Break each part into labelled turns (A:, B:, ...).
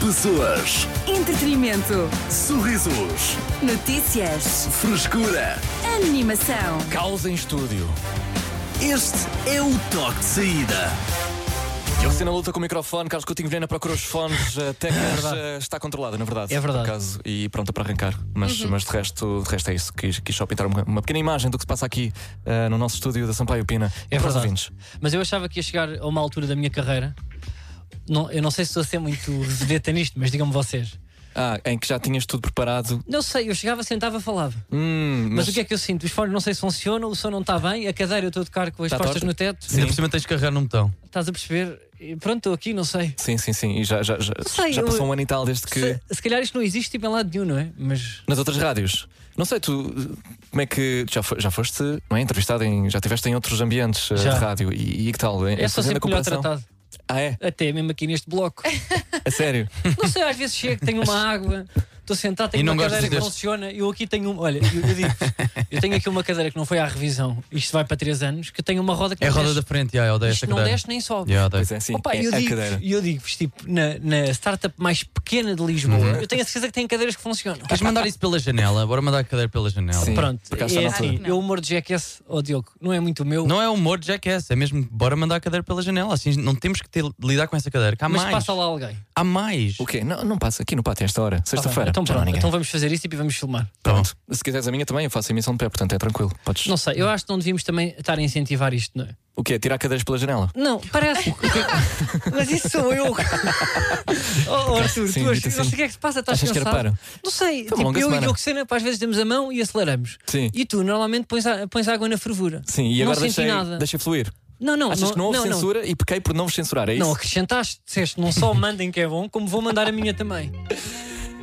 A: Pessoas,
B: Entretenimento.
A: sorrisos,
B: Notícias.
A: frescura.
B: Animação.
C: Caos em estúdio.
A: Este é o toque de saída.
C: Eu na luta com o microfone, Carlos Coutinho Vilhena procurou os fones até que eh, está controlada, na verdade.
D: É verdade.
C: Por acaso, e pronta para arrancar. Mas,
D: Uhum.
C: mas de, resto, de resto é isso. Quis, quis só pintar uma, uma pequena imagem do que se passa aqui eh, no nosso estúdio da Sampaio Pina. Para
D: É
C: os
D: verdade.
C: ouvintes.
D: Mas eu achava que ia chegar a uma altura da minha carreira. Não, eu não sei se estou a ser muito residente nisto, mas digam-me vocês.
C: Ah, em que já tinhas tudo preparado.
D: Não sei, eu chegava, sentava, falava.
C: Hum,
D: Mas, o que é que eu sinto? Os fones não sei se funcionam, o som não está bem, a cadeira eu estou a tocar com as
C: Está
D: costas
C: torta?
D: no teto.
E: Ainda por cima tens de carregar num botão.
D: Estás a perceber? E Pronto, estou aqui, não sei.
C: Sim, sim, sim. E já, já, já,
D: sei,
C: já passou
D: eu-
C: um ano e tal desde que.
D: Se, se calhar isto não existe tipo, em lado nenhum, não é? Mas
C: Nas outras rádios. Não sei, tu eh, como é que. Já, fo- já foste não é, entrevistado em. Já estiveste em outros ambientes eh,
D: Já.
C: de rádio. E, e que tal?
D: é só sempre melhor tratado.
C: Ah, é?
D: Até mesmo aqui neste bloco.
C: A sério?
D: Não sei, às vezes chego, tenho uma água, estou sentado, tenho
E: E não
D: uma
E: gostas
D: cadeira que
E: deste?
D: funciona. Eu aqui tenho uma. Olha, eu, eu digo eu tenho aqui uma cadeira que não foi à revisão, isto vai para 3 anos, que eu tenho uma roda que
E: É a
D: não
E: roda
D: desce.
E: da frente, já, eu odeio
D: Isto
E: esta
D: não
E: cadeira.
D: desce nem sobe.
E: Já, odeio.
C: Pois é, sim.
D: Opa,
C: é
D: eu,
C: a
D: digo,
C: cadeira.
D: eu digo tipo, na, na startup mais pequena de Lisboa, eu tenho a certeza que tem cadeiras que funcionam.
E: Uhum. Queres mandar isso pela janela? Bora mandar a cadeira pela janela.
C: Sim.
D: Pronto,
C: Por acaso está
D: é
C: na
D: assim,
B: altura.
D: eu humor de Jackass, ó Diogo, não é muito o meu,
E: Não é humor de jackass, é mesmo bora mandar a cadeira pela janela. Assim não temos que ter- lidar com essa cadeira. que há
D: mas
E: mais.
D: passa lá alguém.
E: Há mais.
C: O quê? Não, não passa aqui no pátio a esta hora,
D: Tá bem,
C: sexta-feira.
D: então
C: Já não há
D: pronto,
C: ninguém.
D: então vamos fazer isso e vamos filmar.
C: Pronto. Se quiseres a minha também, eu faço a emissão de pé, portanto é tranquilo. Podes...
D: Não sei, eu acho que não devíamos também estar a incentivar isto, não é?
C: O quê? Tirar cadeiras pela janela?
D: Não, parece. Mas isso sou eu. oh, Arthur,
C: Sim,
D: tu achas,
C: dito assim.
D: não sei o que é que se passa, estás
C: Achas que era
D: cansado?
C: para?
D: Não sei,
C: Foi uma
D: tipo,
C: longa
D: eu
C: semana.
D: e o Oxena, pá, às vezes demos a mão e aceleramos.
C: Sim.
D: E tu normalmente pões, a- pões água na fervura.
C: Sim, e
D: não
C: agora
D: senti
C: deixei,
D: nada.
C: deixei fluir.
D: Não, não,
C: Achas
D: não,
C: que não houve
D: não, não.
C: censura e pequei por não vos censurar, é isso?
D: Não, acrescentaste, disseste, não só mandem que é bom, como vou mandar a minha também.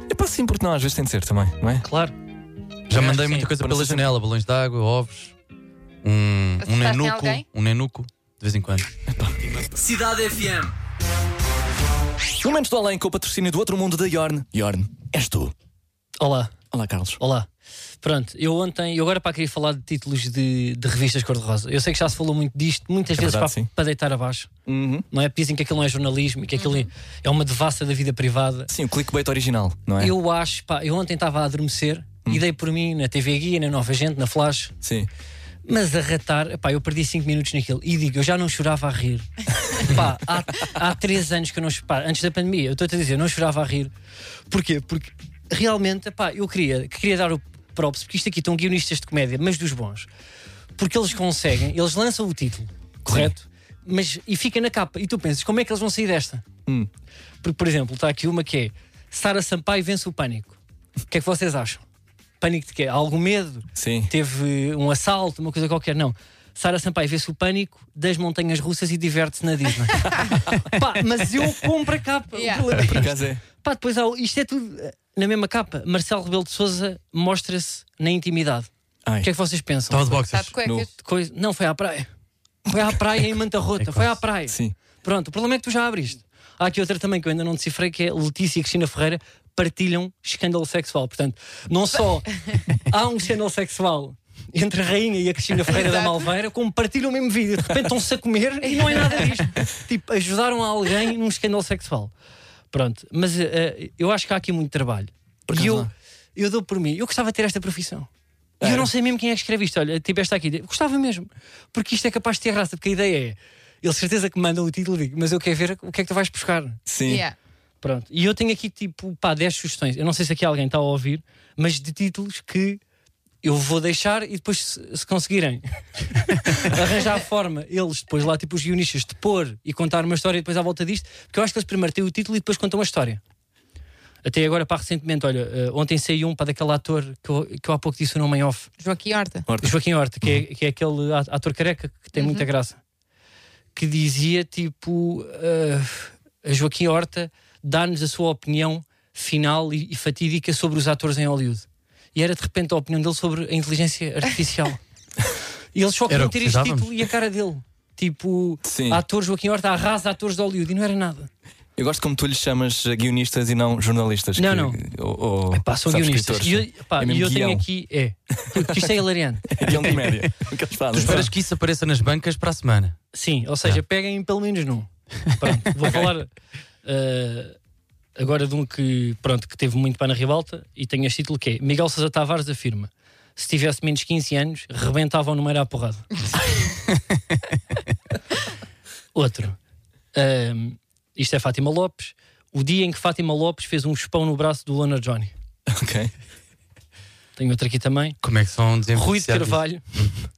C: É para sim, porque não, às vezes tem de ser também, não é?
D: Claro.
E: Já
D: Acho
E: mandei
D: que
E: muita
D: sim.
E: coisa
C: Para não
E: pela
C: ser
E: janela, balões de água, ovos, um, um
F: Assustaste
E: nenuco,
F: alguém?
E: um nenuco, de vez em quando.
A: Cidade FM.
C: Momentos do além com o patrocínio do outro mundo da Yorn. Yorn, és tu.
D: Olá,
C: Olá, Carlos.
D: olá. Pronto, eu ontem, eu agora para queria falar de títulos de, de revistas cor-de-rosa. Eu sei que já se falou muito disto, muitas
C: É
D: vezes
C: verdade,
D: para,
C: sim.
D: para deitar abaixo.
C: Uhum.
D: não é? Porque Dizem que aquilo não é jornalismo, que aquilo é- é uma devassa da vida privada.
C: Sim, o clickbait original, não é? Uhum.
D: Eu acho, pá, eu ontem estava a adormecer e dei por mim na TV Guia, na Nova Gente, na Flash,
C: Sim.
D: mas a ratar, pá, eu perdi 5 minutos naquilo e digo, eu já não chorava a rir. pá, há, há 3 anos que eu não cho- pá, antes da pandemia, eu estou-te a dizer, eu não chorava a rir. Porquê? Porque realmente, pá, eu queria, queria dar o props, porque isto aqui estão guionistas de comédia, mas dos bons. Porque eles conseguem, eles lançam o título, correto? Mas, e fica na capa. E tu pensas, como é que eles vão sair desta? Porque, por exemplo, está aqui uma que é Sara Sampaio vence o pânico. O que é que vocês acham? Pânico de quê? Há algum medo?
C: Sim.
D: Teve um assalto, uma coisa qualquer? Não. Sara Sampaio vence o pânico das montanhas russas e diverte-se na Disney. Pá, mas eu compro a capa. O
F: Yeah.
D: problema é
C: Por
D: isto.
C: acaso é.
D: Pá, depois há, o- isto é tudo eh, na mesma capa. Marcelo Rebelo de Souza mostra-se na intimidade.
C: Ai.
D: O que é que vocês pensam?
C: Então,
E: Estava de
F: Está de
E: boxers.
F: cuecas.
D: Coisa- Não, foi à praia. Foi à praia em Manta Rota. Foi à praia.
C: Sim.
D: Pronto, o problema é que tu já abriste. Há aqui outra também que eu ainda não decifrei, que é Letícia e Cristina Ferreira partilham escândalo sexual. Portanto, não só há um escândalo sexual entre a Rainha e a Cristina Ferreira da
F: Exato.
D: Malveira, como partilham o mesmo vídeo. De repente estão-se a comer e não é nada disto. tipo, ajudaram alguém num escândalo sexual. Pronto, mas eh, eu acho que há aqui muito trabalho. e
C: acaso
D: eu,
C: há.
D: eu dou por mim, eu gostava de ter esta profissão. E eu não sei mesmo quem é que escreve isto. Olha, tipo esta aqui. Gostava mesmo. Porque isto é capaz de ter raça. Porque a ideia é. Ele certeza que mandam o título e digo, mas eu quero ver o que é que tu vais buscar.
C: Sim.
F: Yeah.
D: Pronto. E eu tenho aqui tipo, pá, 10 sugestões. Eu não sei se aqui alguém está a ouvir, mas de títulos que eu vou deixar e depois, se, se conseguirem arranjar a forma, eles depois lá, tipo os guionistas, de pôr e contar uma história depois à volta disto, porque eu acho que eles primeiro têm o título e depois contam a história. Até agora, pá, recentemente, olha, eh, ontem saiu um para daquele ator que eu, que eu há pouco disse o nome em off.
F: Joaquim Horta. Uhum.
C: Horta.
D: Joaquim Horta, que, é,
E: Uhum.
D: que é aquele a- ator careca que tem muita graça, que dizia tipo: ah, a Joaquim Horta dá-nos a sua opinião final e, e fatídica sobre os atores em Hollywood. E era de repente a opinião dele sobre a inteligência artificial. e eles só queriam
E: Era o que
D: ter este
E: precisávamos.
D: título e a cara dele. Tipo,
C: Sim.
D: ator Joaquim Horta arrasa atores de Hollywood e não era nada.
C: Eu gosto como tu lhes chamas eh, guionistas e não jornalistas.
D: Não,
C: que-
D: não.
C: Ou, ou,
D: Pá, são
C: sabes,
D: guionistas. E
C: escritores.
D: eu, pá,
C: É
D: e
C: mesmo
D: eu tenho
C: guião.
D: aqui. É. Porque isto é hilariante.
C: É guião de média. o que eles
E: Tu
C: fazem.
E: esperas que isso apareça nas bancas para a semana.
C: É.
D: Sim, ou seja, peguem pelo menos num. Pronto, vou falar. eh, agora de um que, pronto, que teve muito pá na ribalta e tem este título que é Miguel Sousa Tavares afirma se tivesse menos 15 anos, rebentava o número à porrada. Outro. Ahm, isto é Fátima Lopes. O dia em que Fátima Lopes fez um espão no braço do Lona Johnny.
C: Ok.
D: Tenho outro aqui também.
E: Como é que são
D: Rui de Carvalho,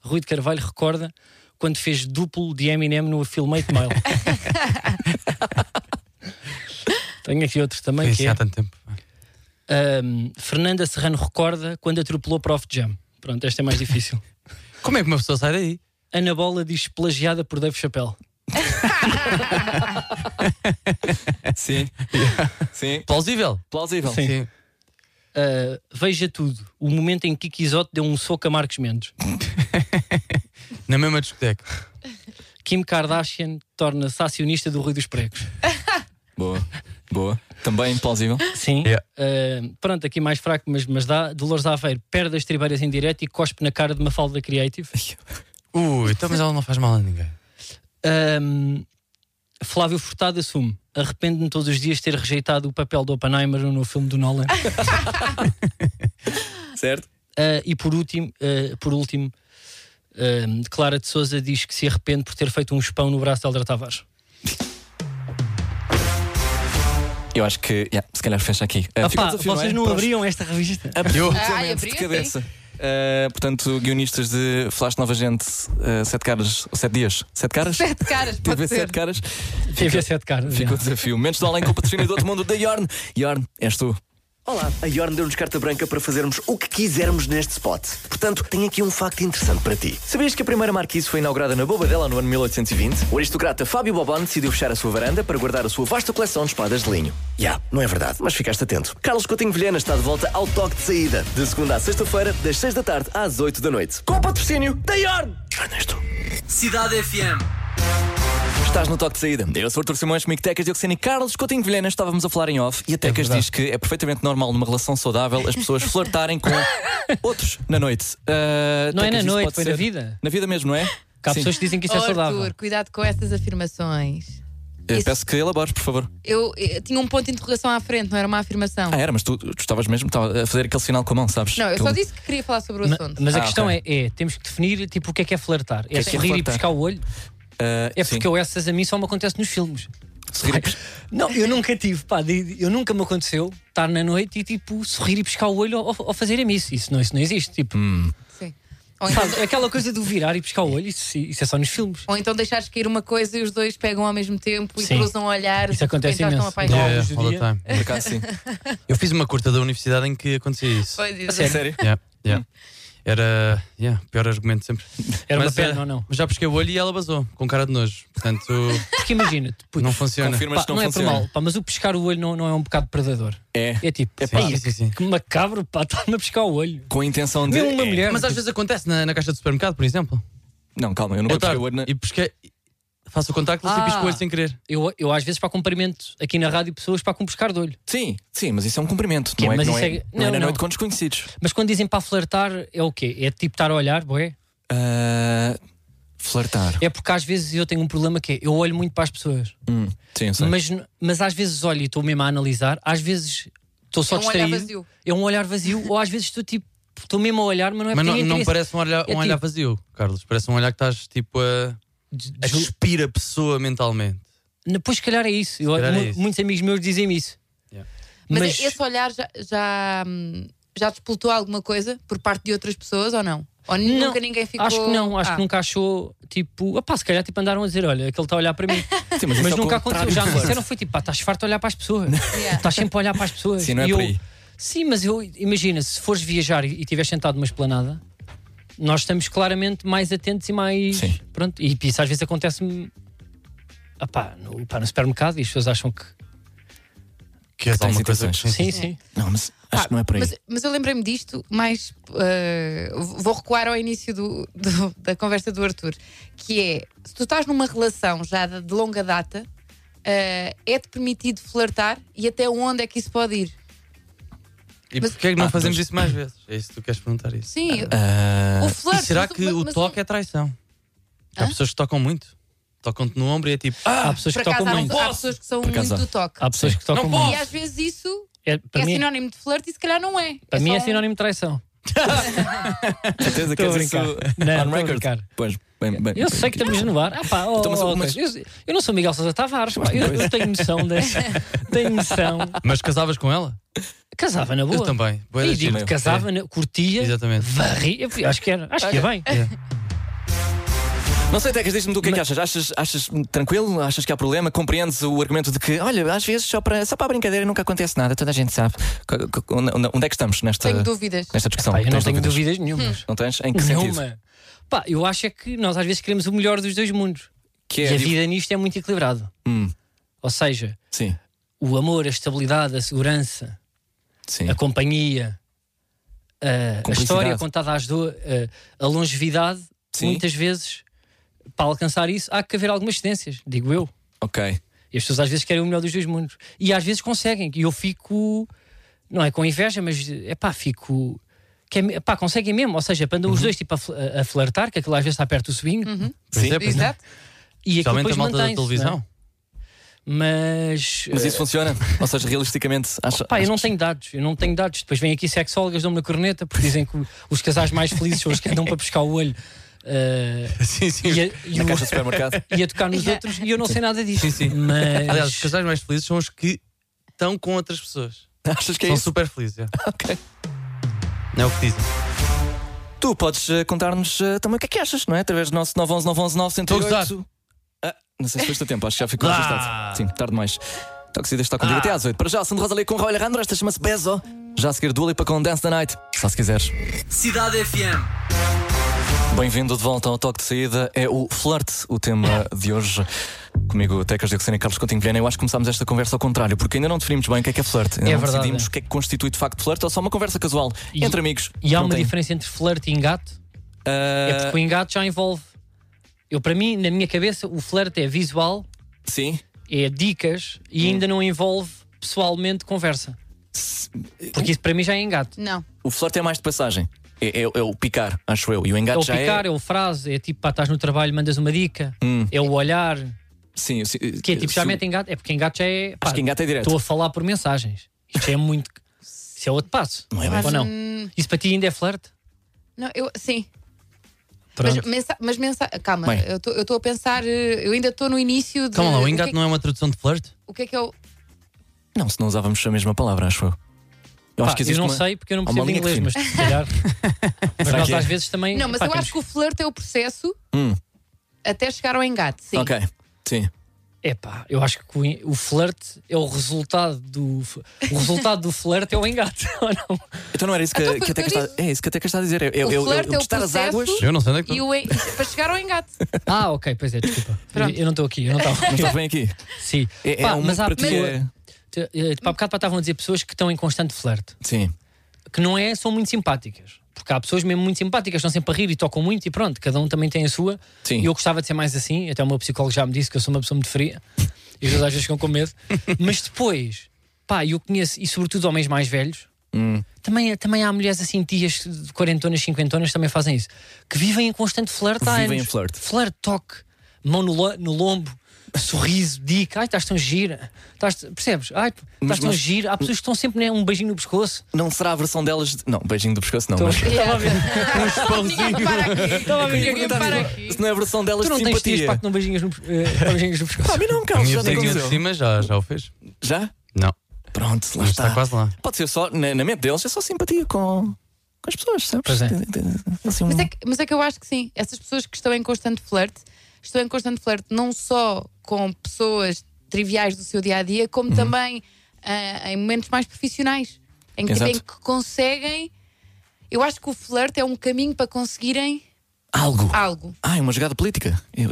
D: Rui de Carvalho recorda quando fez duplo de Eminem no filme 8 Mile. Tenho aqui outro também que
E: Isso
D: é
E: há tanto tempo.
D: ahm, Fernanda Serrano recorda quando atropelou Prof Jam. Pronto, esta é mais difícil.
E: Como é que uma pessoa sai daí?
D: Ana Bola diz plagiada por Dave Chappelle.
C: Sim. Sim.
E: Plausível.
C: Plausível.
D: Sim. Ah, veja tudo. O momento em que Kizote deu um soco a Marcos Mendes.
E: Na mesma discoteca.
D: Kim Kardashian torna-se acionista do Rui dos Pregos.
C: Boa. Boa. Também plausível.
D: Sim.
E: Yeah.
D: Uh, pronto, aqui mais fraco, mas, mas dá. Dolores Aveiro perde as tribeiras em direto e cospe na cara de uma falda creative.
E: Ui, então, mas ela não faz mal a ninguém.
D: Um, Flávio Furtado assume. Arrependo-me todos os dias de ter rejeitado o papel do Oppenheimer no filme do Nolan.
C: Certo?
D: Uh, e por último, uh, por último um, Clara de Souza diz que se arrepende por ter feito um espão no braço de Aldra Tavares.
C: Eu acho que, yeah, se calhar fecha aqui. Eh, fica o
D: Epá,
C: desafio,
D: Ah, vocês
C: é?
D: não
C: Para os-
D: abriam esta revista?
C: Absolutamente,
F: Ai, abriu,
C: de cabeça. Eh, portanto, guionistas de Flash Nova Gente, eh, sete caras, sete dias, sete caras?
F: Sete caras,
C: TV
F: pode ser.
C: sete caras.
D: Teve sete é? caras.
C: Fica o desafio. Menos do além com o patrocínio do outro mundo da Yorn. Yorn, és tu.
A: Olá, a Yorn deu-nos carta branca para fazermos o que quisermos neste spot. Portanto, tenho aqui um facto interessante para ti. Sabias que a primeira marquise foi inaugurada na Bobadela no ano 1820? O aristocrata Fábio Bobon decidiu fechar a sua varanda para guardar a sua vasta coleção de espadas de linho. Já, não é verdade, mas ficaste atento. Carlos Coutinho Vilhena está de volta ao toque de saída, de segunda à sexta-feira, das seis da tarde às oito da noite. Com o patrocínio da Yorn! Ernesto. Cidade FM.
C: Estás no toque de saída. Eu sou o Artur Simões, comigo Tecas, Dioxene e Carlos Coutinho Vilhena. Estávamos a falar em off e a Tecas diz que é perfeitamente normal numa relação saudável as pessoas flertarem com outros na noite. Ah,
D: Não é
C: Tecas,
D: na
C: isso
D: noite,
C: pode
D: foi
C: ser-
D: na vida.
C: Na vida mesmo, não é?
D: Cá há
C: Sim.
D: pessoas que dizem que isso é
F: Oh,
D: saudável.
F: Arthur, cuidado com essas afirmações.
C: Eh,
F: Isso-
C: Peço que elabores, por favor.
F: Eu, eh, tinha um ponto de interrogação à frente, não era uma afirmação.
C: Ah, era, mas tu, tu estavas mesmo estava a fazer aquele sinal com a mão, sabes?
D: é?
F: Não, eu
D: Então-
C: Aquele-
F: só disse que queria falar sobre o
D: Ma-
F: assunto.
D: Mas a
C: Ah,
D: questão
C: ok.
D: é, é, temos que definir tipo, o que é que é flertar. É,
C: é que é
D: sorrir e
C: flertar?
D: pescar o olho?
C: Ah,
D: É
C: sim.
D: porque eu essas a mim só me acontece nos filmes.
C: Sorrir e pes-
D: Não, eu nunca tive, pá, de- eu nunca me aconteceu estar na noite e tipo sorrir e pescar o olho ou, ou fazerem isso. Isso não, isso não existe. Tipo,
F: Sim. Ou então,
D: sabe, aquela coisa do virar e pescar o olho, isso, isso é só nos filmes.
F: ou então deixares cair uma coisa e os dois pegam ao mesmo tempo e
D: Sim.
F: cruzam olhares.
D: Isso
F: e de
D: acontece
F: repente já estão
D: imenso. É.
F: apaixonados.
D: Yeah. luz do
E: all the
D: dia.
E: time.
C: Por acaso, sim.
E: Eu fiz uma curta da universidade em que acontecia isso.
D: É
F: Pois, exato.
C: Sério?
E: Yeah, yeah. Era yeah, pior argumento sempre.
D: Era uma
E: Mas,
D: pena
E: eh,
D: ou não?
E: mas Já pesquei o olho e ela basou, com cara de nojo. Portanto,
D: Porque imagina-te, puto,
E: não funciona.
C: Confirmas
D: pá,
C: que
D: não,
C: não,
D: é por
C: funciona.
D: mal, pá, mas o pescar o olho não, não é um bocado predador.
C: É.
D: É tipo,
C: É
D: pá,
C: pá,
E: sim, sim, sim.
D: que macabro, pá, está-me a pescar o olho.
C: Com a intenção de.
D: Mesmo uma
C: É.
D: mulher. tipo,
E: Mas às vezes acontece na, na caixa do supermercado, por exemplo.
C: Não, calma, eu
E: Eu
C: nunca
E: tava-
C: pesquei o olho na-
E: e pesquei. Faço o contacto e
D: Ah.
E: pisco o olho sem querer.
D: eu, eu às vezes para cumprimento aqui na rádio pessoas para com pescar de olho.
C: Sim, sim, mas isso é um cumprimento.
D: Que é,
C: não, é,
D: mas
C: não,
D: isso
C: é,
D: é-
C: não é
D: não,
C: na
D: não.
C: noite com desconhecidos.
D: Mas quando dizem para flertar, é o quê? É tipo estar a olhar, boé?
C: Ah, flertar.
D: É porque às vezes eu tenho um problema que é eu olho muito para as pessoas,
C: Hum,
D: É-
C: sim, eu sei.
D: mas, n- mas às vezes olho e estou mesmo a analisar, às vezes estou só
F: É um olhar
D: distraído.
F: vazio.
D: É um olhar vazio, ou às vezes estou tipo, estou mesmo a olhar, mas não é
E: Mas
D: porque
E: não,
D: tenho
E: não
D: interesse.
E: parece um olhar,
D: É
E: um olhar
D: tipo-
E: vazio, Carlos. Parece um olhar que estás tipo a,
D: De-
E: a
D: de-
E: despir a pessoa mentalmente.
D: Não, Pois, se calhar é isso. Eu-
E: calhar é
D: mu-
E: isso.
D: Muitos amigos meus dizem-me isso.
E: Yeah.
F: Mas, esse olhar já, já, hum, já disputou alguma coisa por parte de outras pessoas ou não? Ou
D: Não,
F: nunca ninguém ficou.
D: Acho que não, acho
F: Ah,
D: que nunca achou tipo, opá, se calhar tipo, andaram a dizer: olha, aquele está a olhar para mim.
C: Sim,
D: mas
C: isso é o
D: nunca
C: contrário
D: aconteceu. Já
C: do
D: me
C: flerte.
D: disseram: foi tipo, pá, estás farto de olhar para as pessoas.
F: Yeah.
D: Estás sempre a olhar para as pessoas.
C: Sim, não é
D: E
C: por
D: eu-
C: aí.
D: Sim, mas eu imagina, se fores viajar e e estiveres sentado numa esplanada, nós estamos claramente mais atentos e mais.
C: Sim.
D: Pronto, e isso às vezes acontece-me. Ah pá, no, pá, no supermercado e as pessoas acham que.
E: Que é
C: tens
E: alguma coisa
C: intenções.
D: Sim,
E: que
D: sim.
C: Não, mas acho que não é por aí.
F: Mas, mas eu lembrei-me disto, mas eh, vou recuar ao início do- do- da conversa do Arthur, que é se tu estás numa relação já de, de longa data, eh, é-te permitido flertar e até onde é que isso pode ir?
E: E
F: Mas-
E: porquê é que não
C: Ah,
E: fazemos
C: mas-
E: isso mais vezes? É isso que tu queres perguntar isso.
F: Sim,
C: Ah,
F: o
E: E
F: flerte.
E: será
F: mas-
E: que
F: mas-
E: o
F: mas
E: toque é traição? Há
F: Hã?
E: pessoas que tocam muito. Tocam-te no ombro e é tipo, ah,
D: Há pessoas
F: Por
D: que
F: acaso
D: tocam
F: há, um
D: muito.
F: há pessoas que são muito
C: acaso há.
F: do toque.
D: Há pessoas que tocam
E: Não posso.
F: E
D: muito.
F: às vezes isso
D: É, para
F: é
D: mim,
F: sinónimo de flerte e se calhar não é.
D: para mim é
F: só um-
D: sinónimo de traição.
C: Certeza que
D: Estou a
C: és isso
D: brincar. Não,
C: on
D: estou a
C: record.
D: brincar.
C: Pois, bem, bem.
D: Eu sei que estamos no ar. Ah, pá, oh,
C: Então, mas-
D: oh,
C: mas-
D: eu, eu não sou Miguel Sousa Tavares. pá, eu, eu tenho noção dessa. tenho noção.
E: mas casavas com ela?
D: Casava na boa.
E: Eu também. Boa
D: E
E: da
D: digo,
E: gira.
D: casava, na- curtia,
E: É, Exatamente.
D: varria. eu fui- Acho que era. Acho que é bem.
C: Não sei, Tecas, diz-me tu o que é que achas. achas. Achas tranquilo? Achas que há problema? Compreendes o argumento de que, olha, às vezes só para, só para a brincadeira nunca acontece nada, toda a gente sabe. Co- co- Onde, onde é que estamos nesta,
F: Tenho dúvidas.
C: nesta discussão?
D: Pá, eu não
C: Tens
D: tenho
C: dúvidas?
D: dúvidas nenhumas.
C: Não tens? Em que sentido?
D: Hum. Nenhuma. Pá, eu acho é que nós às vezes queremos o melhor dos dois mundos.
C: Que
D: e a
C: dif-
D: vida nisto é muito equilibrado.
C: Hum,
D: Ou seja,
C: sim,
D: o amor, a estabilidade, a segurança,
C: sim.
D: a companhia, a, a
C: Cumplicidade.
D: história contada às duas, a, a longevidade,
C: Sim.
D: muitas vezes, para alcançar isso, há que haver algumas cedências, digo eu.
C: Ok.
D: E as pessoas às vezes querem o melhor dos dois mundos. E às vezes conseguem. E eu fico, não é com inveja, mas é pá, fico. Que é, pá, conseguem mesmo. Ou seja, andam
C: Uhum.
D: os dois tipo, a, fl- a- a flertar, que aquilo às vezes está perto do swing.
E: Pois
C: Sim.
E: é, pois é.
F: Exato.
D: E aquilo
E: Especialmente
D: depois
E: a malta da
D: mantém-se. não
E: televisão.
D: é? Mas.
C: Mas isso funciona? Ou seja, realisticamente, acha.
D: Pá, Eh, eu não tenho dados, eu não tenho dados. Depois vêm aqui sexólogas, dão-me na corneta, porque dizem que o- os casais mais felizes são os que andam para pescar o olho ah,
E: Sim, sim.
D: e, a, e
C: Na
D: o-
C: caixa de supermercado?
D: e a tocar nos outros, e eu não sei nada disso.
E: Sim, sim.
D: Mas,
E: Aliás, os casais mais felizes são os que estão com outras pessoas.
C: Achas que é
E: são
C: isso?
E: super felizes. é.
C: Ok.
E: Não é o que dizem.
C: Tu podes eh, contar-nos eh, também o que é que achas, não é? Através do nosso 911
E: Estou
C: 911 ah, Não sei se foste a tempo, acho que já ficou
E: Ah.
C: registado. Sim, tarde demais. Toxidas está contigo
E: Ah.
C: até às 8. Para já, Sandro Rosalê com Raul Alejandro, esta chama-se Bezo. Já a seguir Dua Lipa com Dance the Night, só se quiseres.
G: Cidade FM.
C: Bem-vindo de volta ao Toque de Saída. É o Flirt, o tema de hoje. Comigo, Tecas Diocesana e Carlos Coutinho Vilhena. Eu acho que começámos esta conversa ao contrário, porque ainda não definimos bem o que é que é flirt. Ainda
D: É
C: não
D: verdade,
C: decidimos
D: é.
C: o que é que constitui de facto flirt ou só uma conversa casual
D: E-
C: entre amigos.
D: e há
C: Não
D: uma
C: tem-
D: diferença entre flirt e engato.
C: Ah,
D: É porque o engato já envolve. Eu, para mim, na minha cabeça, o flirt é visual,
C: Sim.
D: é dicas e ainda não envolve pessoalmente conversa. Porque isso para mim já é engato.
F: Não.
C: O flerte é mais de passagem. É, é- é o picar, acho eu. E o
D: É
C: engate
D: o
C: já
D: picar, é...
C: é.
D: o frase, é tipo, pá, estás no trabalho, mandas uma dica,
C: Hum.
D: é o olhar,
C: Sim, sim,
D: que é tipo, já
C: se-
D: metem gato, é porque engato já é. pá,
C: Acho que engate é direto.
D: Estou a falar por mensagens. Isto já é muito. Isso é outro passo.
C: Não é bem.
D: Ou não?
F: Hum,
D: Isso para ti ainda é flerte?
F: não, eu, sim. Mas,
D: Pronto.
F: mensa, mas mensa, calma,
C: Bem.
F: eu tô- eu estou a pensar, eh, eu ainda estou no início de.
E: Calma lá,
F: o
E: o
F: que
E: engato
F: é que-
E: não é uma tradução de flerte?
F: O que é que eu.
C: Não, se não usávamos a mesma palavra, acho eu. Eu
D: Pá,
C: acho que existe
D: eu não
C: uma-
D: sei porque eu não
C: há uma
D: percebo de
C: linha que
D: inglês, mas se calhar. mas nós
C: que é?
D: às vezes também.
F: Não, mas
D: pá,
F: eu
D: temos-
F: acho que o flerte é o processo
C: Hum.
F: até chegar ao engate, sim.
C: Ok. Sim.
D: Epá, eu acho que o, o flerte é o resultado do. O resultado do flerte é o engate, ou não?
C: Então não era isso que,
F: Então
C: que
F: foi
C: a
F: o que
C: Teca
F: eu
C: está. É isso que a Teca está a dizer. É, é,
F: O
C: é, é,
F: flerte é o
C: testar as
F: processo.
C: águas.
E: Eu não sei onde é que
F: E
E: estou.
F: o en- para chegar ao engate.
D: Ah, ok, pois é, desculpa.
F: Pronto.
D: Eu não estou aqui, eu não estava.
C: Não estás bem aqui.
D: Sim.
C: É, é
D: Pá,
C: um
D: mas
C: mundo
D: há
C: para ti.
D: pessoa-
C: é-
D: Te- eh, Há bocado pá, estavam a dizer pessoas que estão em constante flerte,
C: Sim.
D: que não é, são muito simpáticas. Porque há pessoas mesmo muito simpáticas, estão sempre a rir e tocam muito e pronto, cada um também tem a sua.
C: Sim.
D: E eu gostava de ser mais assim, até o meu psicólogo já me disse que eu sou uma pessoa muito fria e as pessoas às vezes ficam com medo. Mas depois, pá, eu conheço, e sobretudo homens mais velhos,
C: Hum.
D: também, também há mulheres assim, tias de quarentonas, cinquentonas, também fazem isso, que vivem em constante flerte há
C: Vivem em
D: anos.
C: flerte.
D: Flerte, toque, mão no, lo- no lombo, sorriso, dica, ai, estás tão gira, estás, percebes? Ai,
C: Mas-
D: estás tão
C: mas-
D: gira. Há pessoas que estão sempre né, um beijinho no pescoço.
C: Não será a versão delas. De... Não, beijinho do pescoço, não.
D: Então-
C: Mas...
D: Estava a ver.
F: Ninguém para aqui. Ninguém para aqui.
C: Se não é a versão delas
D: Tu não
C: de
D: tens tias
C: simpatia.
D: para que não beijinhas no, eh, beijinhos no pescoço.
C: Ah, a mim não,
E: A
C: Carlos.
E: minha
C: Já, te
E: vizinha de
C: aconteceu.
E: cima já, já o fez?
C: já?
E: Não,
C: Pronto, lá
E: mas está quase lá.
C: Pode ser só, na, na mente deles, é só simpatia com, com as pessoas, sabes?
D: Pois é.
C: Assim, um-
F: Mas é, que, mas é que eu acho que sim. Essas pessoas que estão em constante flerte, estão em constante flerte não só com pessoas triviais do seu dia a dia,
C: Uhum.
F: como também ah, em momentos mais profissionais, em que,
C: Exato.
F: em que conseguem. Eu acho que o flerte é um caminho para conseguirem
C: Algo.
F: algo.
C: Ah, é uma jogada política. É,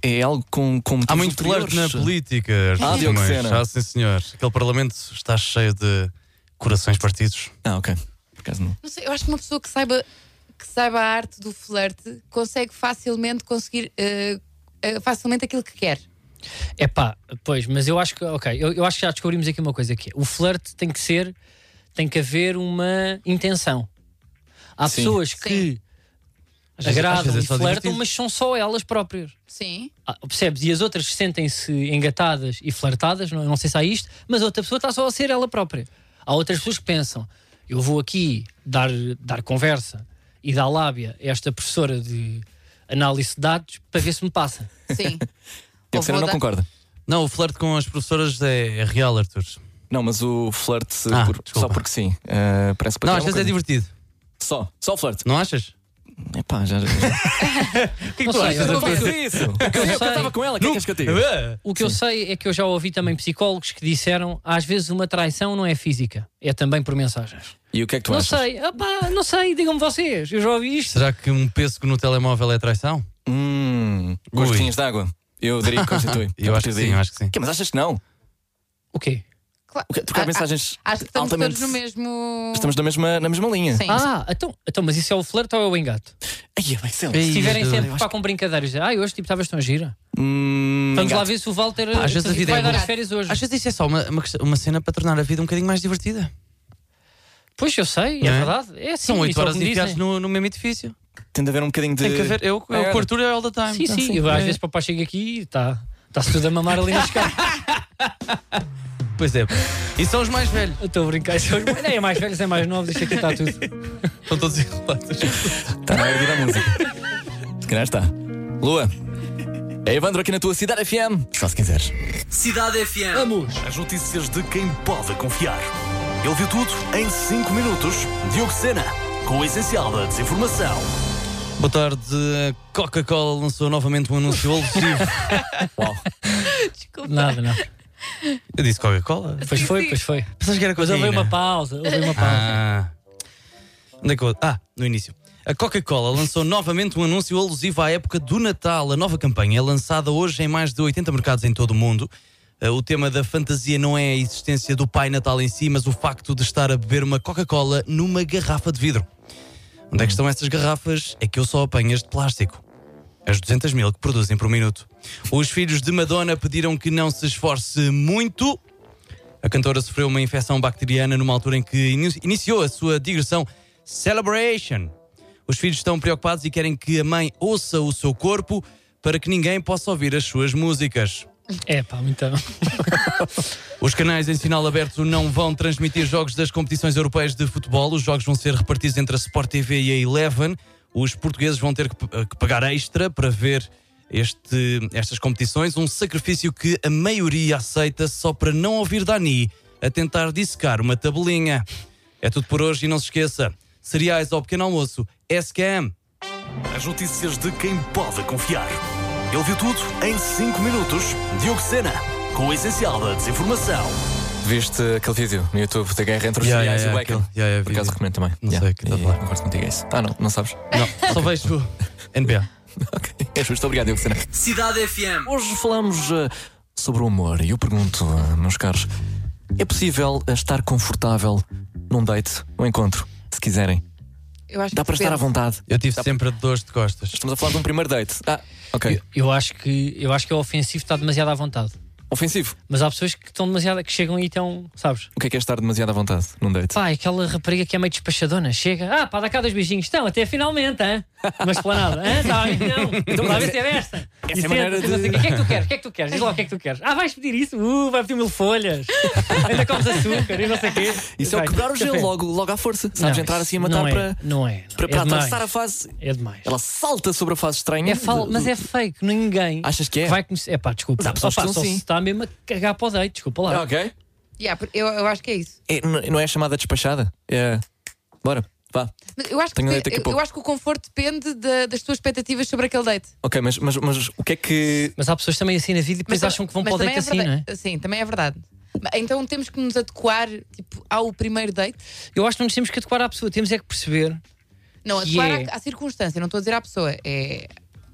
C: é- é algo com, com motivos
E: Há muito flerte na
C: ulteriores.
E: política.
C: Ah, Diogo
E: também.
C: Sena.
E: Já, sim, senhor. Aquele parlamento está cheio de corações partidos.
C: Ah, ok. Por acaso não.
F: Não sei, eu acho que uma pessoa que saiba, que saiba a arte do flerte consegue facilmente conseguir ah, ah, facilmente aquilo que quer.
D: É pá, pois, mas eu acho que, ok, eu, eu acho que já descobrimos aqui uma coisa que é, o flerte tem que ser, tem que haver uma intenção. Há
C: Sim.
D: pessoas que
E: Às vezes- às
D: agradam
E: vezes é
D: e
E: só
D: flertam,
E: divertido.
D: mas são só elas próprias.
F: Sim.
D: Ah, percebes? E as outras sentem-se engatadas e flertadas, não, não sei se há isto, mas a outra pessoa está só a ser ela própria. Há outras pessoas que pensam: eu vou aqui dar, dar conversa e dar lábia a esta professora de análise de dados para ver se me passa.
F: Sim.
C: Tiago Sena
F: Ou vou
C: não
F: dar-
C: concorda.
E: Não, o flerte com as professoras é, é real, Arthur.
C: Não, mas o flerte se
E: Ah,
C: por- só
E: desculpa.
C: porque sim. eh, parece para ti
E: Não, às
C: uma
E: vezes é
C: coisa.
E: divertido.
C: Só, só o flerte.
E: Não achas?
C: Epá, já. já-
D: Não sei,
C: Eu
D: eu-
C: não faço isso! Eu
D: sei.
C: estava com ela, o que é que és que eu te digo?
D: O que eu sei é que eu já ouvi também psicólogos que disseram às vezes uma traição não é física, é também por mensagens.
C: E o que é que tu
D: não
C: achas?
D: sei, ah pá, não sei, digam-me vocês, eu já ouvi isto.
E: Será que um pêssego no telemóvel é traição?
C: Hum,
E: Ui.
C: gostinhos de água. Eu diria que constitui.
E: Eu
C: A
E: acho
C: partir
E: que
C: daí.
E: sim, eu acho que sim.
C: Quê, mas achas que não?
D: O quê?
F: Claro.
C: O quê? Trocar
F: Ah,
C: mensagens
F: ah, Acho que estamos
C: altamente.
F: todos no mesmo.
C: Estamos na mesma, na mesma linha.
F: Sim.
D: Ah, então, então, mas isso é o flerte ou é o engate?
C: Ai, é bem, sei lá.
E: Ei,
D: Se tiverem
E: eu-
D: sempre
E: eu
D: pá, com brincadeiras, dizer, ah, hoje tipo, estavas tão gira.
C: Hum,
D: Vamos lá
C: gato.
D: ver se o Walter tipo,
E: Pá, às vezes a vida
D: vai
E: é
D: dar
E: muito-
D: as férias hoje.
E: Às vezes isso é só uma, uma, quest- uma cena para tornar a vida um bocadinho mais divertida.
D: Pois eu sei, é,
E: Não é?
D: verdade. É assim,
E: São
D: isso é
E: 8
D: o
E: horas
D: que me
E: enfiadas
D: dizem.
E: no, no mesmo edifício.
C: Tem de haver um bocadinho de.
E: Tem que haver. Eu, eu
C: É.
E: com o Arthur é all the time. É.
D: Sim, sim, eu, às vezes o papai chega aqui e está. Está-se tudo a mamar ali na escada.
E: Pois é. E são os mais velhos.
D: Eu Estou a brincar. São os- Não, é mais velhos, é mais novos, isto aqui está tudo.
E: Estão todos enrolados.
C: Está tá na hora de ir à música. Se calhar está. Lua. É Evandro aqui na tua Cidade FM. Só se quiseres.
G: Cidade FM.
D: Vamos!
G: As notícias de quem pode confiar. Ele viu tudo em 5 minutos. Diogo Sena, com o essencial da desinformação.
E: Boa tarde. A Coca-Cola lançou novamente um anúncio alusivo.
D: Nada, não.
E: Eu disse Coca-Cola.
D: Pois foi, pois foi.
E: Pensas que era
D: Mas houve
E: cocaína?
D: uma pausa, houve uma pausa.
E: Ah. Onde é que eu- Ah, no início. A Coca-Cola lançou novamente um anúncio alusivo à época do Natal. A nova campanha é lançada hoje em mais de 80 mercados em todo o mundo. Ah, O tema da fantasia não é a existência do Pai Natal em si, mas o facto de estar a beber uma Coca-Cola numa garrafa de vidro. Onde é que estão essas garrafas? É que eu só apanho as de plástico. As 200 mil que produzem por minuto. Os filhos de Madonna pediram que não se esforce muito a cantora sofreu uma infecção bacteriana numa altura em que ini- iniciou a sua digressão Celebration. Os filhos estão preocupados e querem que a mãe ouça o seu corpo para que ninguém possa ouvir as suas músicas.
D: É pá, então.
E: Os canais em sinal aberto não vão transmitir jogos das competições europeias de futebol. Os jogos vão ser repartidos entre a Sport TV e a Eleven. Os portugueses vão ter que p- que pagar extra para ver este- estas competições. Um sacrifício que a maioria aceita só para não ouvir Dani a tentar dissecar uma tabelinha. É tudo por hoje e não se esqueça: cereais ao pequeno almoço, SKM.
G: As notícias de quem pode confiar. Ele viu tudo em 5 minutos. Diogo Sena, com o essencial da desinformação.
C: Viste aquele vídeo no YouTube da guerra entre os
E: Yeah,
C: cereais
E: yeah,
C: e o bacon?
E: aquele. Yeah, yeah,
C: Por
E: vi,
C: acaso
E: vi.
C: recomendo também.
E: Não sei o que está a
C: E
E: falar.
C: Concordo contigo, é isso. Ah, não, não sabes.
E: Não, só vejo NBA.
C: Ok. É justo, obrigado, Diogo Sena.
G: Cidade FM.
C: Hoje falamos eh, sobre o amor e eu pergunto, eh, meus caros, é possível eh, estar confortável num date, num encontro, se quiserem?
F: Eu acho
C: Dá
F: que
C: para estar à
F: depende.
C: vontade?
E: Eu tive sempre dores de costas.
C: Estamos a falar de um primeiro date. Ah, ok.
D: Eu acho que, eu acho que é ofensivo estar demasiado à vontade.
C: Ofensivo.
D: Mas há pessoas que estão demasiado, que chegam e estão, sabes?
C: O que é que é estar demasiado à vontade num date?
D: Pá, aquela rapariga que é meio despachadona, chega, ah, pá, dá cá dois beijinhos, estão, até finalmente, hã? Uma esplanada, hã? Tá, não, então vai ver esta.
C: é a maneira de-
D: O que é que tu queres? O que é que tu queres? Diz lá o que é que tu queres. Ah, vais pedir isso? Uh, vai pedir mil folhas, ainda comes açúcar e não sei o quê.
C: Isso é o
D: Vai,
C: quebrar o gelo
D: café.
C: logo, logo à força. Sabes,
D: Não,
C: entrar assim a
D: não
C: matar
D: é,
C: para,
D: Não é.
C: para,
D: é
C: para
D: demais.
C: atravessar a fase.
D: É demais.
C: Ela salta sobre a fase estranha.
D: É fal...
C: de-
D: Mas é fake, ninguém.
C: Achas que é?
D: Vai conhecer. É pá, desculpa.
C: Mas há pessoas
D: Opa,
C: que são
D: só
C: sim.
D: se está mesmo a cagar para o date, desculpa
C: Ah,
D: lá.
C: Ok.
F: Yeah, por- eu, eu acho que é isso.
C: É, n- não é chamada despachada? É. Bora, vá.
F: Mas Eu acho que,
C: Tenho um
F: de-
C: date daqui a
F: eu,
C: pouco.
F: eu acho que o conforto depende da- das tuas expectativas sobre aquele date.
C: Ok, mas, mas, mas o que é que.
D: Mas há pessoas também assim na vida e
C: tá-
D: depois acham que vão
F: mas
D: para o date
F: também
D: assim, não é?
F: verdade- Sim, também é verdade. Mas Então temos que nos adequar tipo, ao primeiro date.
D: Eu acho que não nos temos que adequar à pessoa, temos é que perceber.
F: Não,
D: Que
F: adequar
D: é-
F: à, à circunstância, não estou a dizer à pessoa, é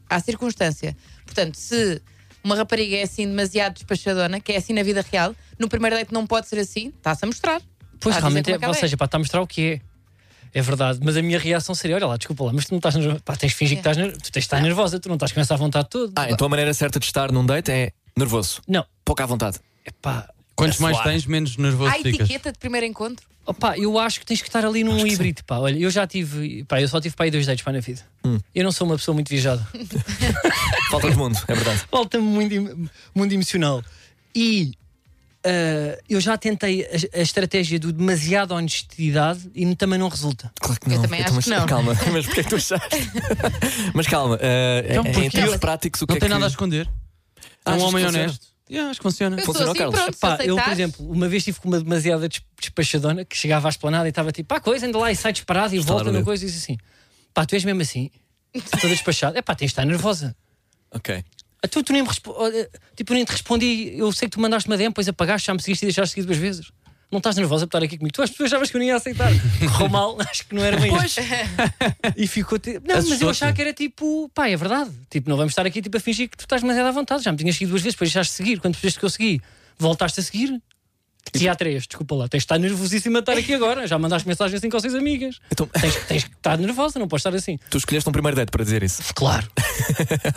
F: à circunstância. Portanto, se uma rapariga é assim demasiado despachadona, que é assim na vida real, no primeiro date não pode ser assim, está-se a mostrar.
D: Pois
F: Está a dizer
D: realmente,
F: como
D: é,
F: é que
D: ou
F: ela é.
D: seja, pá, está a mostrar o que é. É verdade, mas a minha reação seria: olha lá, desculpa lá, mas tu não estás. nervo- Pá, tens de fingir que
F: É.
D: estás. nervo- Tu tens de estar nervosa, tu não estás com essa à vontade toda.
C: Ah, então a maneira certa de estar num date é nervoso,
D: Não,
C: pouco à vontade.
D: é pá.
E: Quantos mais
C: suar.
E: tens, menos nervoso
F: Há
E: ficas.
F: etiqueta de primeiro encontro?
D: Opa, eu acho que tens que estar ali num híbrido, pá. Olha, eu já tive, pá, eu só tive para aí dois dates para na vida.
F: Hum.
D: Eu não sou uma pessoa muito viajada.
C: Falta de mundo, é verdade.
D: Falta-me muito, em- muito emocional. E ah, eu já tentei a, a estratégia do demasiada honestidade e também não resulta.
C: Claro que
F: Eu
C: não. Então,
F: também acho
C: mas,
F: que não.
C: Calma, mas porquê é que tu achaste? mas calma, eh,
E: Então,
C: em-
E: porque
C: em termos
E: eu-
C: práticos, o que
E: Não
C: é
E: tem
C: que...
E: nada a esconder. É um
C: Achas
E: homem
C: que funciona?
E: honesto. Yeah, acho que funciona.
F: Eu sou
C: Funcionou,
F: assim,
C: oh, Carlos?
F: pronto, se
D: Pá, eu, por
F: aceitares,
D: exemplo, uma vez tive com uma demasiada des- despachadona que chegava à esplanada e estava tipo, pá, coisa, anda lá e sai disparado e
C: Estalar o
D: volta na
C: dedo.
D: coisa e diz assim, pá, tu és mesmo assim, toda despachada, é pá, tens de estar nervosa.
C: Ok.
D: Ah, Tu, tu nem me respo- oh, eh, tipo, eu nem te respondi, eu sei que tu mandaste-me a DM, depois apagaste, já me seguiste e deixaste seguir duas vezes. Não estás nervosa por estar aqui comigo? Tu as pessoas achavas que eu não ia aceitar. Correu mal, acho que não era bem isto. E ficou tipo. Não, mas eu
E: Assustou-te.
D: achava que era tipo, pá, é verdade. Tipo, não vamos estar aqui tipo, a fingir que tu estás demasiado à vontade. Já me tinhas seguido duas vezes, depois deixaste de seguir. Quando percebeste que eu segui, voltaste a seguir. Se há três, desculpa lá, tens de estar nervosíssima de estar aqui agora. Já mandaste mensagem a cinco ou seis amigas.
C: Então,
D: Tens, tens que estar nervosa, não podes estar assim.
C: tu escolheste um primeiro date para dizer isso.
D: Claro.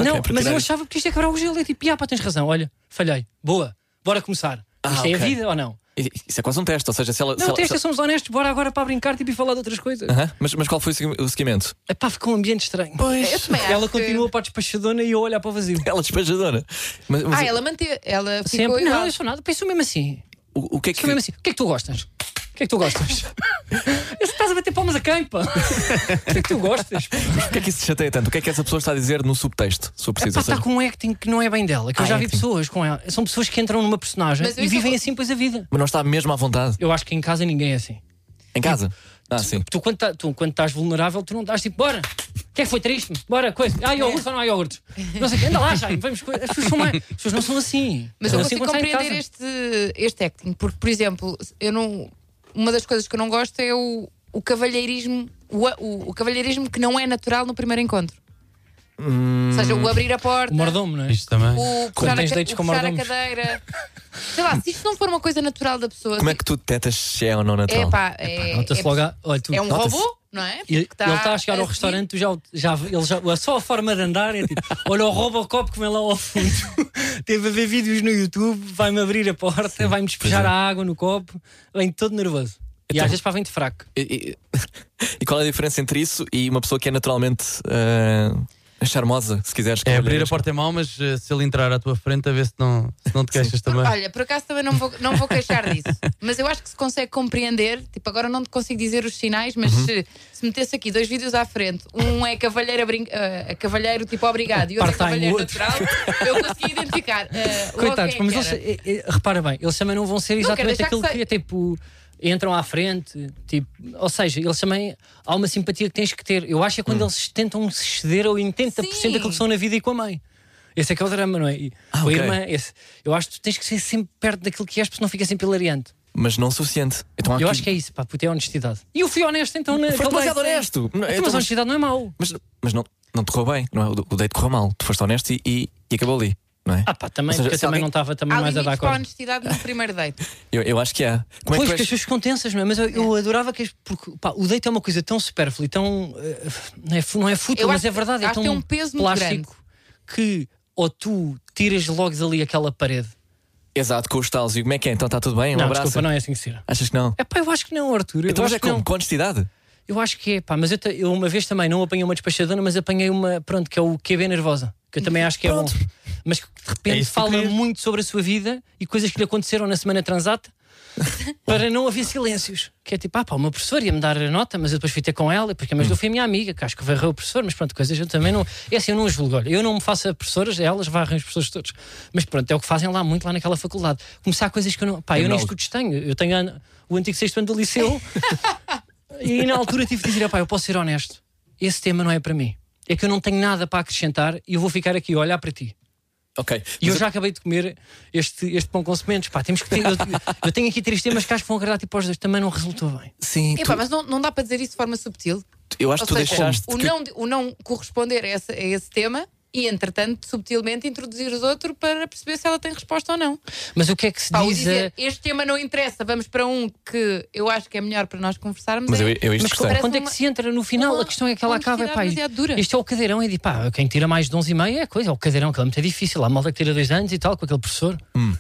D: não,
C: porque
D: mas
C: não
D: eu
C: é-
D: achava que isto ia quebrar o gelo. É tipo, ah, pá, tens razão, olha, falhei. Boa, bora começar.
C: Ah,
D: isto é a
C: ok.
D: vida ou não?
C: E- Isso é quase um teste, ou seja, se ela... se
D: Não,
C: ela-
D: até
C: se-
D: esta somos honestos, bora agora para brincar tipo, e falar de outras coisas.
F: Ah.
C: Aham, mas, mas qual foi o segui- o seguimento?
D: Epá, ficou um ambiente estranho.
F: Eu também acho
D: Ela
F: que-
D: continua para a despachadona e eu a olhar para o vazio.
C: Ela é despejadora. Mas, mas
F: Ah, ela manteve. Ela ficou
D: Sempre,
F: igual.
D: não, eu sou nada, penso mesmo assim.
C: o, o que é que...
D: Sou mesmo assim. O que é que tu gostas? O que é que tu gostas? Eu, Estás a bater palmas a quem, pá? O que é que tu gostas? pá?
C: O que é que isso te chateia tanto? O que é que essa pessoa está a dizer no subtexto? Se é eu preciso,
D: Epá,
F: tá
C: ou seja,
D: está com um acting que não é bem dela, que eu
C: Ah,
D: já vi
C: acting.
D: pessoas com ela. São pessoas que entram numa personagem
F: Mas eu
D: e
F: isso-
D: vivem assim, pois a vida.
C: Mas não está mesmo à vontade.
D: Eu acho que em casa ninguém é assim.
C: Em casa? Ah, sim.
D: Tu quando, tá- tu, quando estás vulnerável, tu não estás tipo, bora, o que é que foi triste? Bora, coisa. Há
F: É.
D: iogurte ou não há iogurte? Não sei, o quê. anda lá, Jaime, vamos. co- As pessoas, são mais, as pessoas não são assim.
F: Mas
D: são
F: eu
D: assim
F: consigo
D: quando saem de
F: compreender
D: casa.
F: este, este acting, porque, por exemplo, eu não. Uma das coisas que eu não gosto é o, o cavalheirismo, o, a- o, o cavalheirismo que não é natural no primeiro encontro. Ou seja, o abrir a porta,
D: Hum. O mordomo, não é?
E: Isto também.
F: o puxar, a,
D: tens
F: ca-
D: deitos
F: o
D: com
F: puxar a
D: mordomos.
F: cadeira. Sei lá, se isto não for uma coisa natural da pessoa,
C: Como é que tu detectas se é ou não
F: é
C: natural?
F: pá, é,
D: Nota-se
F: é-
D: logo. à- Olha, tu,
F: é um
C: nota-se.
F: robô, não é?
D: Ele ele
F: Porque tá
D: está a chegar ao
F: seguir-
D: restaurante, tu já, o- já, ele já, só a forma de andar é tipo: olha o Robocop que vem lá ao fundo. Teve a ver vídeos no YouTube, vai-me abrir a porta, vai-me despejar
C: pois é.
D: a água no copo, vem todo nervoso. E
C: Então-
D: às vezes pá, vem de fraco.
C: E, e- e qual é a diferença entre isso e uma pessoa que é naturalmente ah, charmosa, se quiseres?
E: É, abrir a
C: cavalheiros?
E: porta é mau, mas eh, se ele entrar à tua frente, a ver se não, se não te queixas também.
F: Olha, por acaso também não vou, não vou queixar disso. Mas eu acho que se consegue compreender. Tipo, agora não te consigo dizer os sinais, mas
D: Uhum.
F: se, se metesse aqui dois vídeos à frente, um é cavalheiro, a brin- eh, a cavalheiro tipo obrigado e outro é
D: Part-time,
F: cavalheiro
D: o outro.
F: natural, eu consegui identificar. eh, logo
D: Coitados,
F: quem
D: pá, mas
F: que
D: eles,
F: era.
D: eh, eh, repara bem, eles também não vão ser
F: quero
D: exatamente
F: deixar que
D: aquilo que, é tipo. Entram à frente, tipo, ou seja, eles também há uma simpatia que tens que ter. Eu acho que é
C: Hum.
D: quando eles tentam se ceder ao 80%
F: Sim.
D: daquilo que são na vida e com a mãe. Esse é que é o drama, não é? E com
C: Ah, ok.
D: a irmã, esse. Eu acho que tu tens que ser sempre perto daquilo que és, porque senão fica sempre hilariante.
C: Mas não o suficiente. Então há
D: Eu
C: aqui-
D: acho que é isso, pá, puto, é honestidade. E eu fui honesto, então, na.
C: Foste
D: aquele
C: demasiado
D: date.
C: honesto. Não,
D: Então,
C: então,
D: mas a
C: mas-
D: honestidade não é mau.
C: Mas, mas não, não te correu bem, não é? O, o date correu mal. Tu foste honesto e, e- e acabou ali, não é?
D: Ah, pá, também,
C: Ou seja,
D: porque eu
C: se
D: também
C: alguém-
D: não estava também
F: Há
D: mais a
F: limites
D: dar
F: para a
D: conta.
F: honestidade no primeiro date.
C: Eu, eu acho que há. Como
D: pois,
C: é
D: que
C: que
D: as
C: tu és?
D: pessoas ficam tensas, não é? Mas eu, eu adorava que. as- Porque pá, o date é uma coisa tão supérflua e tão. eh, não, é, fu- não é fútil,
F: Eu
D: mas
F: acho-
D: é verdade.
F: acho
D: é tão
F: que tem um peso muito
D: plástico que ou tu tiras logo ali aquela parede.
C: Exato, com os tals. E como é que é? Então está tudo bem? Um
D: não,
C: abraço.
D: desculpa, não é assim que se tira.
C: Achas que não?
D: É pá, eu acho que não, Arthur. Eu,
C: Então, mas
D: acho
C: é
D: que
C: como?
D: não.
C: Com honestidade?
D: eu acho que é, pá, mas eu, te- eu uma vez também não apanhei uma despachadona, mas apanhei uma, pronto, que é o QB nervosa, que eu também acho que é bom. Mas que de repente
E: É isso que eu
D: fala
E: queria.
D: muito sobre a sua vida e coisas que lhe aconteceram na semana transata para não haver silêncios. Que é tipo, ah pá, uma professora ia-me dar a nota, mas eu depois fui ter com ela, porque
E: Uhum.
D: mas eu fui a minha amiga, que acho que varreu o professor, mas pronto, coisas eu também não. É assim, eu não os julgo. Olha, eu não me faço a professoras, elas varrem os professores todos. Mas pronto, é o que fazem lá muito, lá naquela faculdade. Começar coisas que eu não. Pá,
E: É
D: eu nem
C: Monólogo.
D: estudo estanho. Eu tenho an- o antigo sexto ano do liceu e na altura tive de dizer, pá, eu posso ser honesto, esse tema não é para mim. É que eu não tenho nada para acrescentar e eu vou ficar aqui a olhar para ti.
C: Ok.
D: E
C: Mas
D: eu já acabei de comer este, este pão com sementes. Pá, temos que ter, eu, eu tenho aqui três temas que acho que vão agradar tipo aos dois. Também não resultou bem.
C: Sim,
F: Epá,
C: tu-
F: mas não, não dá para dizer isso de forma subtil.
C: eu acho
F: Ou
C: que tu
F: seja,
C: deixaste.
F: o,
C: que-
F: não, o não corresponder a esse, a esse tema e, entretanto, subtilmente introduzires outro para perceber se ela tem resposta ou não.
D: Mas o que é que se
F: Pá, o
D: diz a.
F: dizer, este tema não interessa, vamos para um que eu acho que é melhor para nós conversarmos.
C: Mas
F: é-
C: eu, eu isto
D: Mas
C: gostei.
F: parece
D: quando é
F: uma-
D: que se entra no final?
F: uma-
D: a questão é que ela
F: uma
D: acaba. Pá,
F: honestidade demasiado dura.
D: isto é o cadeirão, é de pá, quem tira mais de 11,5 é coisa, é o cadeirão, que é muito difícil. Há malta que tira dois anos e tal, com aquele professor.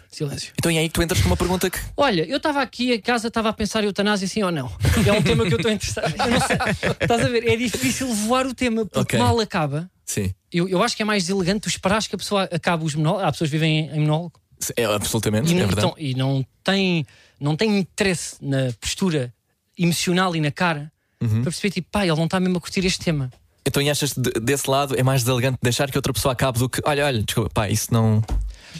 D: Silêncio.
C: Então é aí que tu entras com uma pergunta que.
D: Olha, eu estava aqui a casa, estava a pensar em eutanásia sim ou não. É um tema que eu estou interessado. Eu não sei. Estás a ver? É difícil voar o tema, porque
C: Ok.
D: mal acaba.
C: Sim.
D: Eu, eu acho que é mais deselegante tu esperares que a pessoa acabe os monólogos. Há pessoas que vivem em, em monólogo
C: Sim, É, absolutamente,
D: e,
C: é
D: não,
C: verdade.
D: então, e não, tem, não tem interesse na postura emocional e na cara
C: Uhum.
D: para perceber, tipo, pá, ele não está mesmo a curtir este tema.
C: Então, e achas de- desse lado é mais deselegante deixar que outra pessoa acabe do que. Olha, olha, desculpa, pá, isso não.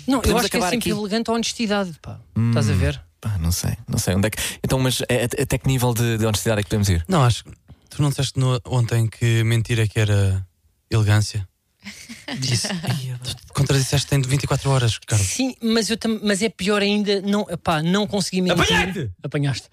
D: Não, eu
C: Podemos
D: acho que é
C: acabar
D: sempre
C: aqui? Hum.
D: elegante a honestidade, pá. Estás a ver?
C: Pá, não sei, não sei onde é que. Então, mas é- é- até que nível de, de honestidade é que podemos ir?
E: Não, acho que tu não disseste no- ontem que mentir é que era elegância. Disse, Ai, tu contradisseste em 24 horas, Carlos.
D: Sim, mas, eu tam- mas é pior ainda, não, pá, não consegui mentir.
E: Apanhei-te!
D: Apanhaste.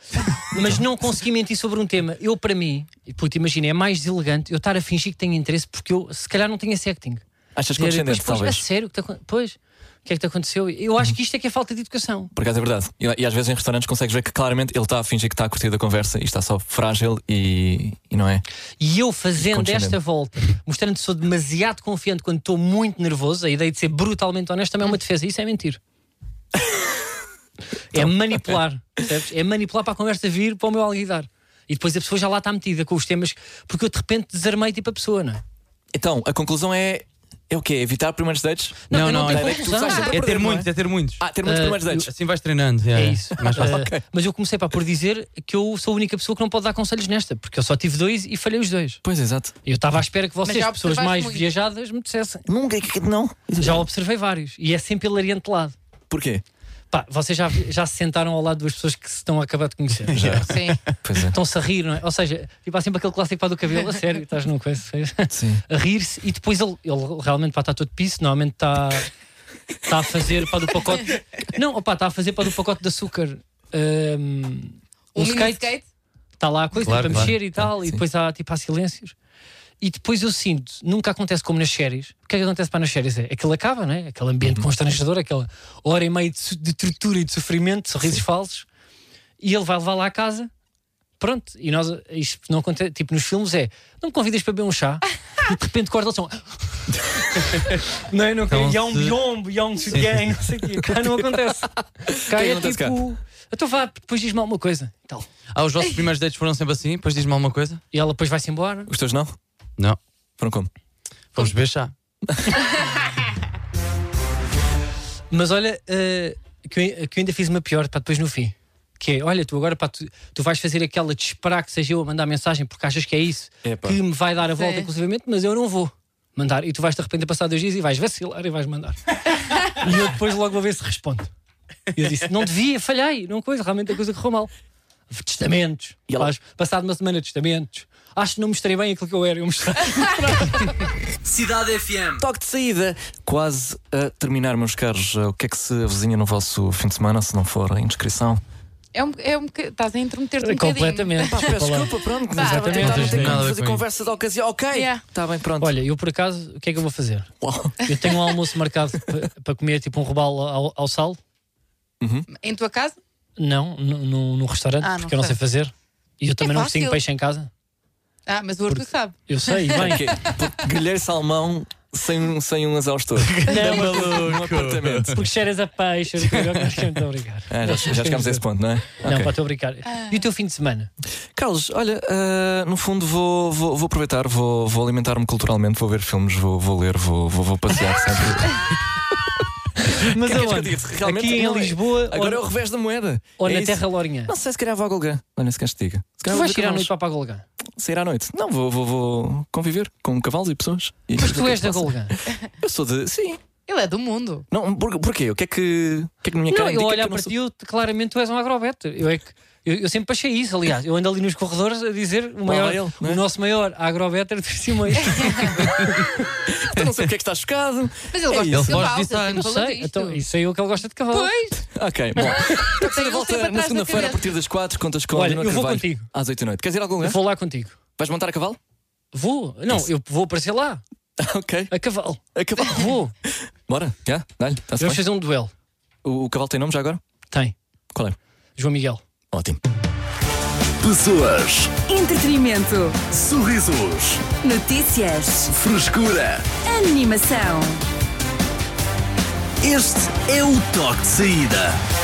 D: mas não consegui mentir sobre um tema. Eu, para mim, e, puto, imagina, é mais deselegante eu estar a fingir que tenho interesse porque eu, se calhar, não tenho esse acting.
C: Achas
D: Dizer,
C: condescendente,
D: pois, pois,
C: talvez.
D: a sério, o é que te acon- pois, o que é que te aconteceu? Eu acho que isto é que é falta de educação.
C: Por acaso é verdade. E, e às vezes em restaurantes consegues ver que claramente ele está a fingir que está a curtir da conversa e está só frágil e, e não é?
D: E eu fazendo
C: Condescendente.
D: esta volta, mostrando que sou demasiado confiante quando estou muito nervoso, a ideia de ser brutalmente honesto também é uma defesa. Isso é mentir. é manipular, percebes? É manipular para a conversa vir para o meu alguidar. E depois a pessoa já lá está metida com os temas, porque eu de repente desarmei tipo a pessoa, não é?
C: Então, a conclusão é. É o quê? Evitar primeiros dates?
D: eu não
E: é,
D: tenho
E: é,
C: Tu
D: conclusão.
C: vais sempre
E: ter
C: perder, não
E: muitos, é ter muitos.
C: Ah, ter muitos
D: Ah,
C: primeiros dates.
E: Assim vais treinando. já,
D: É
E: já.
D: isso.
E: Mais fácil.
D: Ah, Mas eu comecei para por dizer que eu sou a única pessoa que não pode dar conselhos nesta, porque eu só tive dois e falhei os dois.
C: Pois, exato.
D: Eu estava à espera que vocês,
F: já
D: pessoas
F: observaste
D: mais
F: muito.
D: viajadas, me dissessem.
C: Nunca, que- que- não.
D: Já observei vários e é sempre hilariante de lado.
C: Porquê?
D: Pá, vocês já, já se sentaram ao lado de duas pessoas que se estão a acabar de conhecer.
F: Sim.
C: Pois é.
D: Estão-se a rir, não é? Ou seja, tipo, há sempre aquele clássico para do cabelo, a sério, estás num coisa, sério.
C: é. Sim.
D: a rir-se e depois ele, ele realmente pá, está todo piso, normalmente está, está a fazer para do pacote. Não, opá, está a fazer para do pacote de açúcar. hum,
F: Um,
D: um
F: mini
D: skate,
F: skate?
D: está Tá lá a coisa
E: Claro,
D: para
E: claro.
D: mexer e tal, e depois há, tipo, há silêncios. E depois eu sinto, nunca acontece como nas séries. O que é que acontece para nas séries? É aquilo acaba, né? aquele ambiente constrangedor, aquela hora e meia de, su- de tortura e de sofrimento, de sorrisos falsos, e ele vai levar lá a casa. Pronto, e nós, isto não acontece, tipo nos filmes é, não me convidas para beber um chá, e de repente corta o som. não é? Não,
E: Então,
D: e há um
E: se-
D: biombo, e há um chiquém, não sei o quê. Cá não acontece. Cá é
C: acontece cá?
D: tipo, então vá, depois diz-me alguma coisa. E, tal.
E: Ah, os vossos primeiros dates foram sempre assim? Depois diz-me alguma coisa?
D: e ela depois vai-se embora.
C: Os teus não?
E: Não.
C: Foram como?
E: Vamos beber chá.
D: Mas olha, eh, que, eu, que eu ainda fiz uma pior para depois no fim. Que é, olha, tu agora pá, tu, tu vais fazer aquela de esperar que seja eu a mandar mensagem porque achas que é isso
C: Epá.
D: que me vai dar a volta,
F: Sim.
D: inclusivamente, mas eu não vou mandar. E tu vais de repente a passar dois dias e vais vacilar e vais mandar. e eu depois logo vou ver se respondo. E eu disse: não devia, falhei, não coisa, realmente a coisa correu mal. Testamentos,
C: E ela-
D: Pás, passado uma semana, testamentos. Acho que não mostrei bem aquilo que eu era. Eu mostrei.
C: Cidade FM. Toque de saída. Quase a terminar, meus caros. O que é que se avizinha no vosso fim de semana, se não for a inscrição?
F: É um, é um boca- Estás a intermeter-te um bocadinho. então,
D: Completamente. desculpa lá.
C: pronto.
F: Vá,
C: estava a tentar
D: não
C: não
D: tem
C: ter como
E: nada a ver
C: fazer
E: com
C: conversas de ocasião. Ok.
F: Yeah.
C: Está bem, pronto.
D: Olha, eu por acaso, o que é que eu vou fazer?
C: Uau.
D: Eu tenho um almoço marcado pa- para comer tipo um robalo ao, ao sal.
F: Em tua casa?
D: Não, no- no- num restaurante,
F: Ah, num
D: porque eu não sei fazer. E eu também não
F: fácil.
D: cozinho peixe em casa.
F: Ah, mas o Arthur sabe.
D: Eu sei, e bem.
C: Ok, porque é, grelheiro salmão sem, um- sem um exaustor.
D: Não,
C: Num apartamento.
D: porque cheiras a peixe. eu digo, "Ok, Muito obrigado.
C: Ah, já, já chegámos a esse ponto, não é?
D: Não,
C: Ok.
D: para estou a brincar. E o teu fim de semana?
C: Carlos, olha, ah, no fundo vou, vou, vou aproveitar, vou, vou alimentar-me culturalmente, vou ver filmes, vou, vou ler, vou, vou, vou passear sempre.
D: Mas
C: que é que eu
D: aonde?
C: digo? Realmente
D: Aqui
C: não
D: em
C: é.
D: Lisboa
C: Agora é o
D: ou,
C: revés da moeda.
D: ou
C: É
D: na
C: isso.
D: Terra Lourinha?
C: Não sei se calhar vou a Golgã. Olha, se calhar te diga. Se
D: Tu
C: calhar
D: vais
C: vou ver
D: tirar a noite
C: cavalos.
D: para a Golgã?
C: Sair à noite. Não, vou, vou, vou conviver com cavalos e pessoas. E
D: Mas tu
C: ver o que é
D: és
C: que
D: da
C: passa.
D: Golgã.
C: Eu sou de. Sim.
F: Ele é do mundo.
C: Não, por, porquê? O que é que. O que é que na minha
D: Não,
C: cara
D: eu
C: indica que
D: olhar
C: não
D: para
C: sou-
D: ti, eu, claramente tu és um agrobeto. Eu, é que- eu- eu sempre achei isso, aliás. Eu ando ali nos corredores a dizer o, maior,
C: vai ele, É, não é?
D: o nosso maior agrobeto era de Simões.
C: Eu não sei porque é que estás chocado.
F: Mas
D: É
F: ele gosta
E: ele
F: de
E: foge
F: cavalos.
E: disso, ah,
F: ele
D: Não
F: falou
D: sei,
F: disto.
D: então, isso é o que ele gosta de cavalo.
F: Pois,
C: Ok, bom. Toque de
F: Tem
C: saída
F: um tempo
C: volta na
F: atrás da
C: segunda-feira a
F: cabeça.
C: partir das 4 contas com a
D: Olha,
C: Leonor
D: eu vou
C: Carvalho,
D: contigo.
C: Às 8 da noite. Queres ir a algum
D: Eu
C: lugar?
D: vou lá contigo.
C: Vais montar a cavalo?
D: Vou? Não, eu vou aparecer lá.
C: ok.
D: A cavalo.
C: A cavalo.
D: Vou.
C: Bora, já, dá-lhe. tá-se
D: Vamos
C: bem.
D: fazer um duelo.
C: O, o cavalo tem nome já agora?
D: Tem.
C: Qual é?
D: João Miguel.
C: Ótimo.
A: Pessoas,
B: Entretenimento.
A: sorrisos,
B: Notícias.
A: frescura.
B: Animação.
A: Este é o toque de saída.